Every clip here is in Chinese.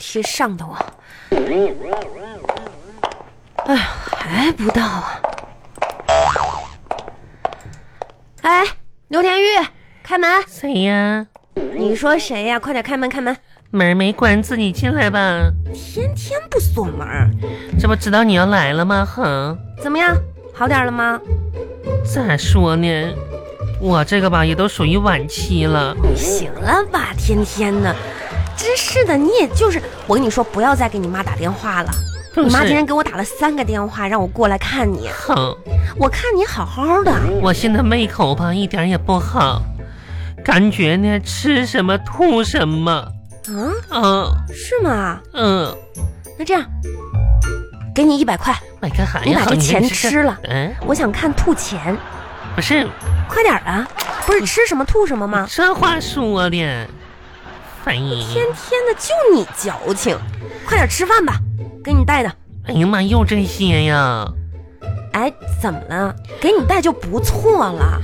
是上头啊！哎，还不到啊！哎，刘田玉，开门！谁呀？你说谁呀？快点开门，开门！门没关，自己进来吧。天天不锁门儿，这不知道你要来了吗？哼，怎么样？好点了吗？咋说呢？我这个吧，也都属于晚期了。行了吧，天天的，真是的，你也就是我跟你说，不要再给你妈打电话了。不你妈是今天给我打了三个电话，让我过来看你。哼，我看你好好的，啊我现在胃口吧一点也不好，感觉呢吃什么吐什么。嗯，嗯是吗？嗯，那这样，给你一百块，买哎干啥呀？你把这哼钱吃了。嗯，我想看吐钱，不是快点儿啊！不是吃什么吐什么吗？这话说的，烦天人。天的，就你矫情，快点吃饭吧，给你带的。哎呀妈，又这些呀！哎，怎么了？给你带就不错了。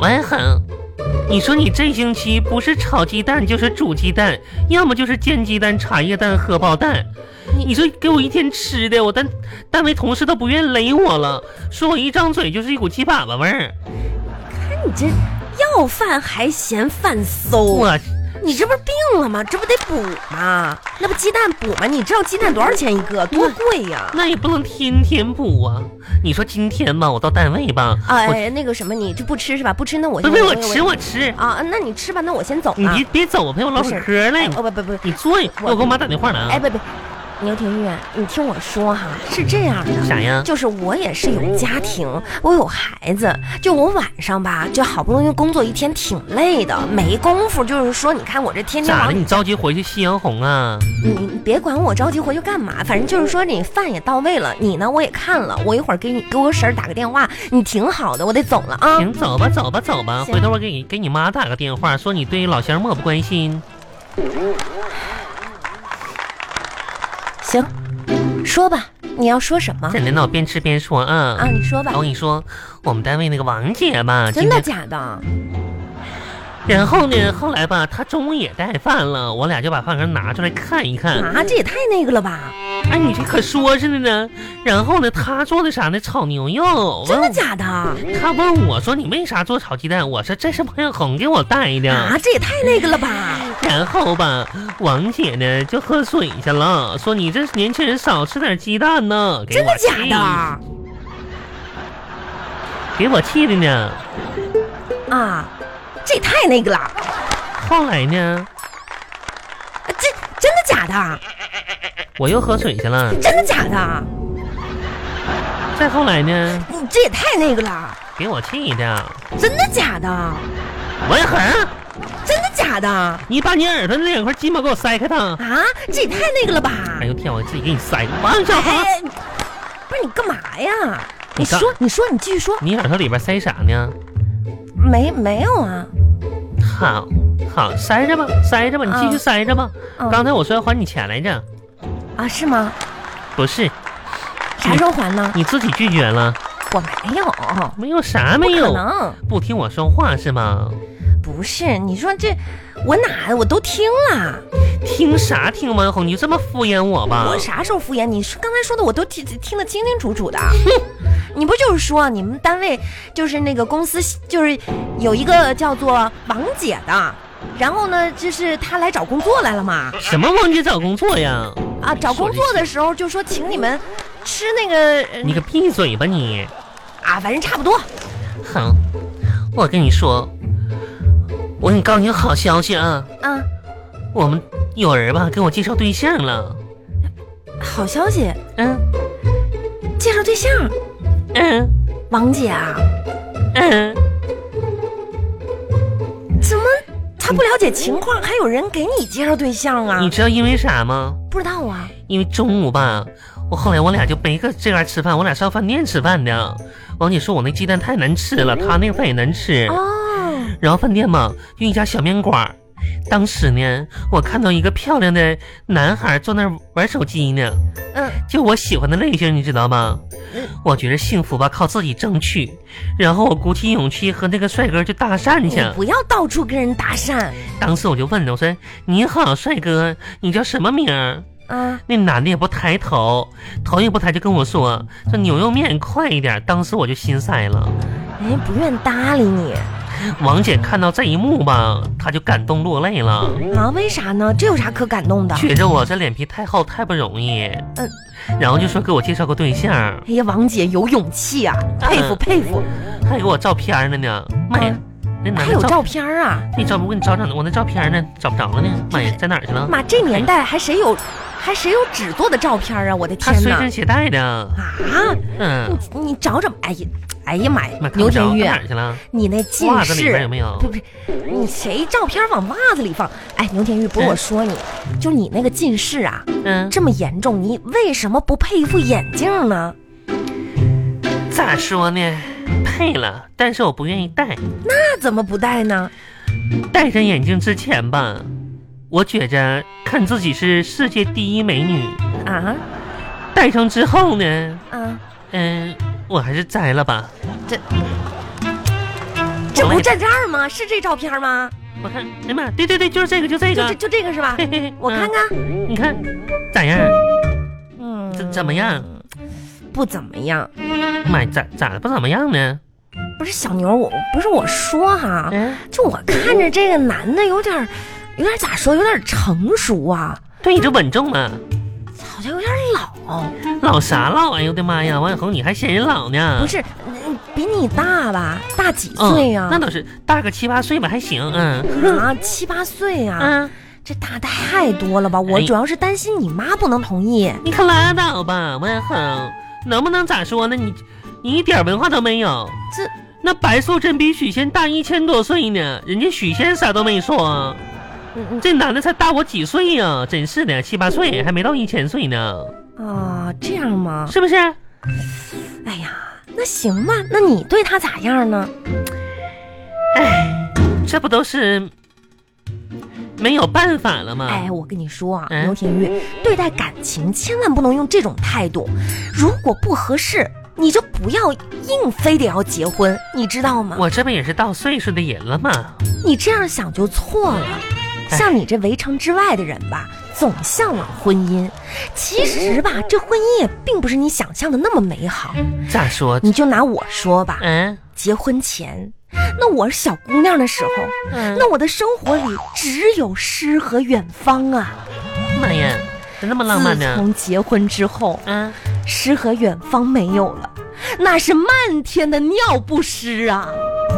完恒，你说你这星期不是炒鸡蛋就是煮鸡蛋，要么就是煎鸡蛋、茶叶蛋、荷包蛋。你你说给我一天吃的，我单单位同事都不愿意勒我了，说我一张嘴就是一股鸡粑粑味儿。哎你这要饭还嫌饭馊，啊我你这不是病了吗？这不得补吗？那不鸡蛋补吗？你知道鸡蛋多少钱一个，多贵呀、那也不能天天补啊。你说今天吧，我到单位吧，我哎，那个什么，你这不吃是吧？不吃那我不先不，我吃我吃，啊，那你吃吧，那我先走啊你了。别别走，我陪我唠会儿嗑哎嘞。哦不不不，你坐一，我我给我妈打电话了哎啊。不不，牛廷玉，你听我说哈，是这样的。啥呀？就是我也是有家庭，我有孩子，就我晚上吧，就好不容易工作一天挺累的，没工夫。就是说，你看我这天天咋往了？你着急回去夕阳红啊？你你别管我着急回去干嘛，反正就是说你饭也到位了，你呢我也看了，我一会儿给你给我婶儿打个电话，你挺好的，我得走了啊。行，走吧，走吧，走吧。行回头我给你给你妈打个电话，说你对老乡漠不关心。行，说吧，你要说什么真的，那我边吃边说啊。啊？你说吧我，跟你说，我们单位那个王姐吧，真的今天。假的？啊然后呢，后来吧，她中午也带饭了，我俩就把饭盒拿出来看一看。啊，这也太那个了吧？哎，你这可说是的呢。然后呢，她做的啥呢？炒牛肉。真问的假的？啊，我她问我说你为啥做炒鸡蛋？我说这是王小红给我带的。啊这也太那个了吧？然后吧，王姐呢就喝水去了，说你这年轻人少吃点鸡蛋呢。给真的我假气的？啊？给我气的呢。啊这也太那个了，后来呢，啊这真的假的？我又喝水去了。真的假的？再后来呢，嗯这也太那个了，给我气的，真的假的？文恒，真的假的？你把你耳朵那两块鸡毛给我塞开它。啊，这也太那个了吧！哎呦天，我自己给你塞开。王小红，哎，不是你干嘛呀？你你干说，你说，你继续说。你耳朵里边塞啥呢？没没有啊？好，好，塞着吧，塞着吧，你继续嗯塞着吧。嗯刚才我说要还你钱来着，啊，是吗？不是啥时候还呢？你自己拒绝了，我没有，没有不啥嗯没可有，能，不听我说话是吗？不是。你说这我哪我都听了，听啥听王小红，你就这么敷衍我吧？我啥时候敷衍你？说刚才说的我都听听得清清楚楚的。你不就是说你们单位就是那个公司就是有一个叫做王姐的，然后呢，就是她来找工作来了嘛？什么王姐找工作呀？啊，找工作的时候就说请你们吃那个，呃你可闭嘴吧你！啊，反正差不多。哼，我跟你说，我给你告诉你个好消息啊，啊，我们有人吧给我介绍对象了。好消息，嗯介绍对象，嗯王姐啊，嗯，怎么她不了解情况，还有人给你介绍对象啊你？知道因为啥吗？不知道啊？因为中午吧，我后来我俩就没搁这边吃饭，我俩上饭店吃饭的。王姐说我那鸡蛋太难吃了，她那个饭也难吃。哦，然后饭店嘛，就一家小面馆儿。当时呢，我看到一个漂亮的男孩坐那儿玩手机呢，嗯，就我喜欢的类型，你知道吗嗯？我觉得幸福吧，靠自己争取。然后我鼓起勇气和那个帅哥就搭讪你去。不要到处跟人搭讪当时我就问了，我说：“你好，帅哥，你叫什么名儿？”啊，那男的也不抬头，头也不抬就跟我说：“这牛肉面快一点。”当时我就心塞了。人哎家不愿搭理你王姐看到这一幕吧，她就感动落泪了，啊？为啥呢？这有啥可感动的？觉着我这脸皮太厚太不容易，嗯然后就说给我介绍个对象，哎呀，王姐有勇气啊，佩服嗯佩服，还给我照片了呢。妈呀，那男嗯还的有照照片啊？那照片我给你找找呢，我那照片呢？找不着了呢。妈呀，在哪儿去了？妈，这年代还谁有，还谁有纸做的照片啊？我的他天随哪！身携带的，啊，嗯，你你找找，哎呀，哎呀妈妈呀，看牛不着震在岳哪，儿去了？你那近袜子里边有视没有不不，你谁照片往袜子里放？哎，牛天玉，不是嗯我说你，就你那个近视啊，嗯，这么严重，你为什么不配一副眼镜呢？咋说呢？配了，但是我不愿意戴。那怎么不戴呢？戴上眼镜之前吧，我觉着看自己是世界第一美女。啊戴上之后呢，啊，嗯、我还是摘了吧。这我不也站这儿吗？是这照片吗？我看，哎呀妈，对对对，就是这个，就这就这个。就这个是吧嘿？嘿嘿，我看嗯，看，你看咋样？嗯，怎怎么样？不怎么样。妈，咋咋不怎么样呢？不是小牛，我不是我说哈、嗯，就我看着这个男的有点儿，有点儿咋说，有点儿成熟啊，对，你这稳重嘛。好像有点儿老，老啥老？哎呦我的妈呀！王小红，你还嫌人老呢？不是，嗯比你大吧？大几岁呀、嗯，那倒是大个七八岁吧，还行。嗯啊，七八岁呀、嗯，这大太多了吧？我哎主要是担心你妈不能同意。你可拉倒吧，王小红，能不能咋说呢？你你一点文化都没有。这那白素贞比许仙大一千多岁呢，人家许仙啥都没说，嗯这男的才大我几岁呀、真是的，七八岁还没到一千岁呢，嗯啊，这样吗？是不是？哎呀，那行吧，那你对他咋样呢？这不都是没有办法了吗？哎，我跟你说啊，嗯牛田玉，对待感情千万不能用这种态度，如果不合适，你就不要硬非得要结婚，你知道吗？我这不也是到岁数的人了吗？你这样想就错了。哎像你这围城之外的人吧，总向往婚姻，其实吧，这婚姻也并不是你想象的那么美好。咋说？你就拿我说吧，嗯结婚前，那我是小姑娘的时候，嗯，那我的生活里只有诗和远方啊。妈呀，咋那么浪漫自呢？从结婚之后，嗯，诗和远方没有了，那是漫天的尿不湿啊！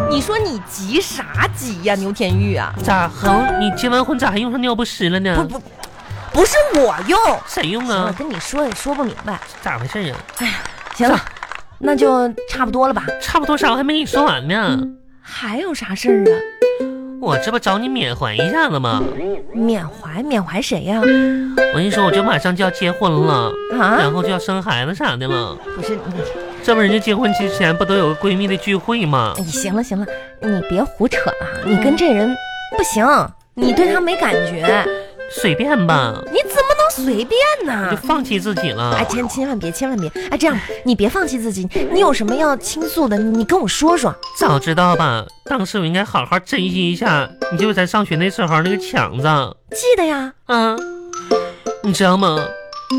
你说你急啥急呀、牛田玉啊？咋哼？你结完婚咋还用上尿不湿了不呢？不，不是我用。谁用我啊？跟你说也说不明白。咋回事呀、行了，那就差不多了吧？差不多啥，我还没跟你说完呢。嗯还有啥事儿啊？我这不找你缅怀一下子吗？缅怀缅怀谁呀、我跟你说，我就马上就要结婚了，啊？然后就要生孩子啥的了。不是你，这不人家结婚之前不都有个闺蜜的聚会吗？你行了行了，你别胡扯啊！你跟这人不行，你对他没感觉，随便吧，你怎么能随便就呢？放弃自己哎，了。千千万别，千万别！哎，这样你别放弃自己，你有什么要倾诉的，你跟我说说。早知道吧，当时我应该好好珍惜一下，你就是咱上学那时候那个强子。记得呀，嗯，你知道吗？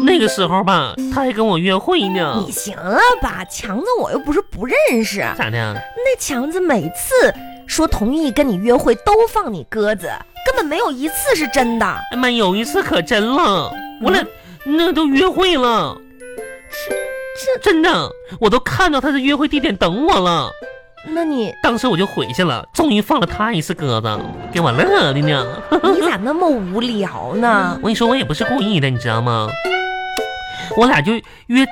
那个时候吧，他还跟我约会呢你。行了吧？强子我又不是不认识，咋的？那强子每次说同意跟你约会都放你鸽子，根本没有一次是真的。哎妈，有一次可真了，我俩那都约会了，这真的，我都看到他的约会地点等我了。那 你当时我就回去了，终于放了他一次鸽子，给我乐的呢。你咋那么无聊呢？ 我跟你说，我也不是故意的，你知道吗？我俩就约，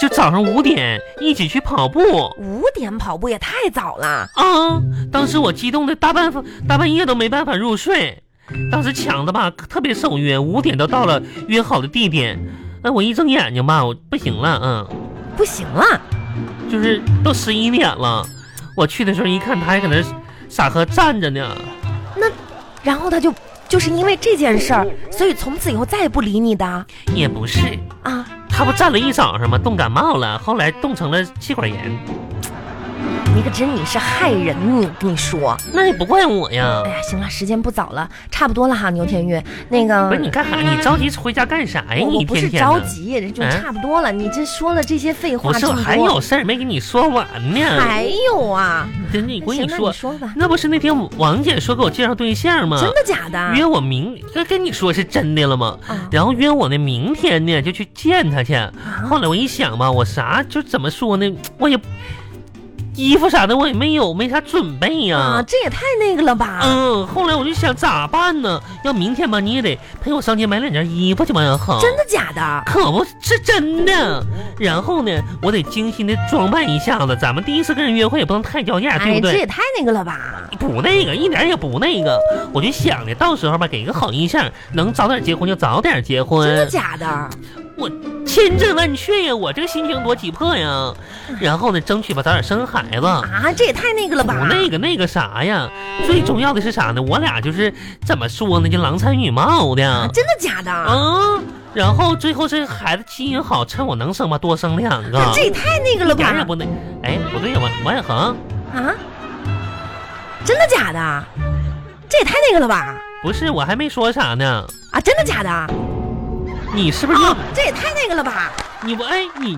就早上五点一起去跑步五点跑步也太早了，啊！当时我激动的大半大半夜都没办法入睡。当时抢的吧，特别守约，五点都到了约好的地点。哎，我一睁眼睛吧，我不行了，嗯，不行啊了。就是都十一点了。我去的时候一看，他还搁那傻呵站着呢。然后他就就是因为这件事儿，所以从此以后再也不理你的也不是，啊？他不站了一早上吗？冻感冒了，后来冻成了气管炎。你可真你是害人，你跟你说。那也不怪我呀哎。呀，行了，时间不早了，差不多了哈，牛天玉，那个不是你干啥？你着急回家干啥呀？我你我一不天是天着的。急，就嗯差不多了。你这说了这些废话不是，这我么多，还有事儿没跟你说完呢。还有啊？真的，我跟行你那你说，说吧，那不是那天王姐说给我介绍对象吗？真的假的？约我明，跟跟你说是真的了吗？啊然后约我呢，明天呢就去见他去。后来我一想吧，我啥就怎么说呢，我也衣服啥的我也没有，没啥准备呀、啊，这也太那个了吧？嗯，后来我就想咋办呢？要明天吧，你也得陪我上街买两件衣服去吧，好。真的假的？可不是真的。然后呢，我得精心的装扮一下子。咱们第一次跟人约会也不能太娇艳，对哎，不这对也？太那个了吧？不那个，一点也不那个。我就想着到时候吧，给一个好印象，能早点结婚就早点结真的婚。假的？我千真万确呀，我这个心情多急迫呀。然后呢，争取吧，早点生孩子。啊，这也太那个了不吧？那个那个啥呀，最重要的是啥呢？我俩就是怎么说呢，就郎才女貌的。啊真的假的？啊，然后最后这孩子基因好，趁我能生吧，多生两个。这也太那个了啊一点也吧？不那，哎，不对呀，王王永恒，啊，真的假的？这也太那个了吧？不是，我还没说啥呢。啊，真的假的？啊，你是不是又、这也太那个了吧？你不哎你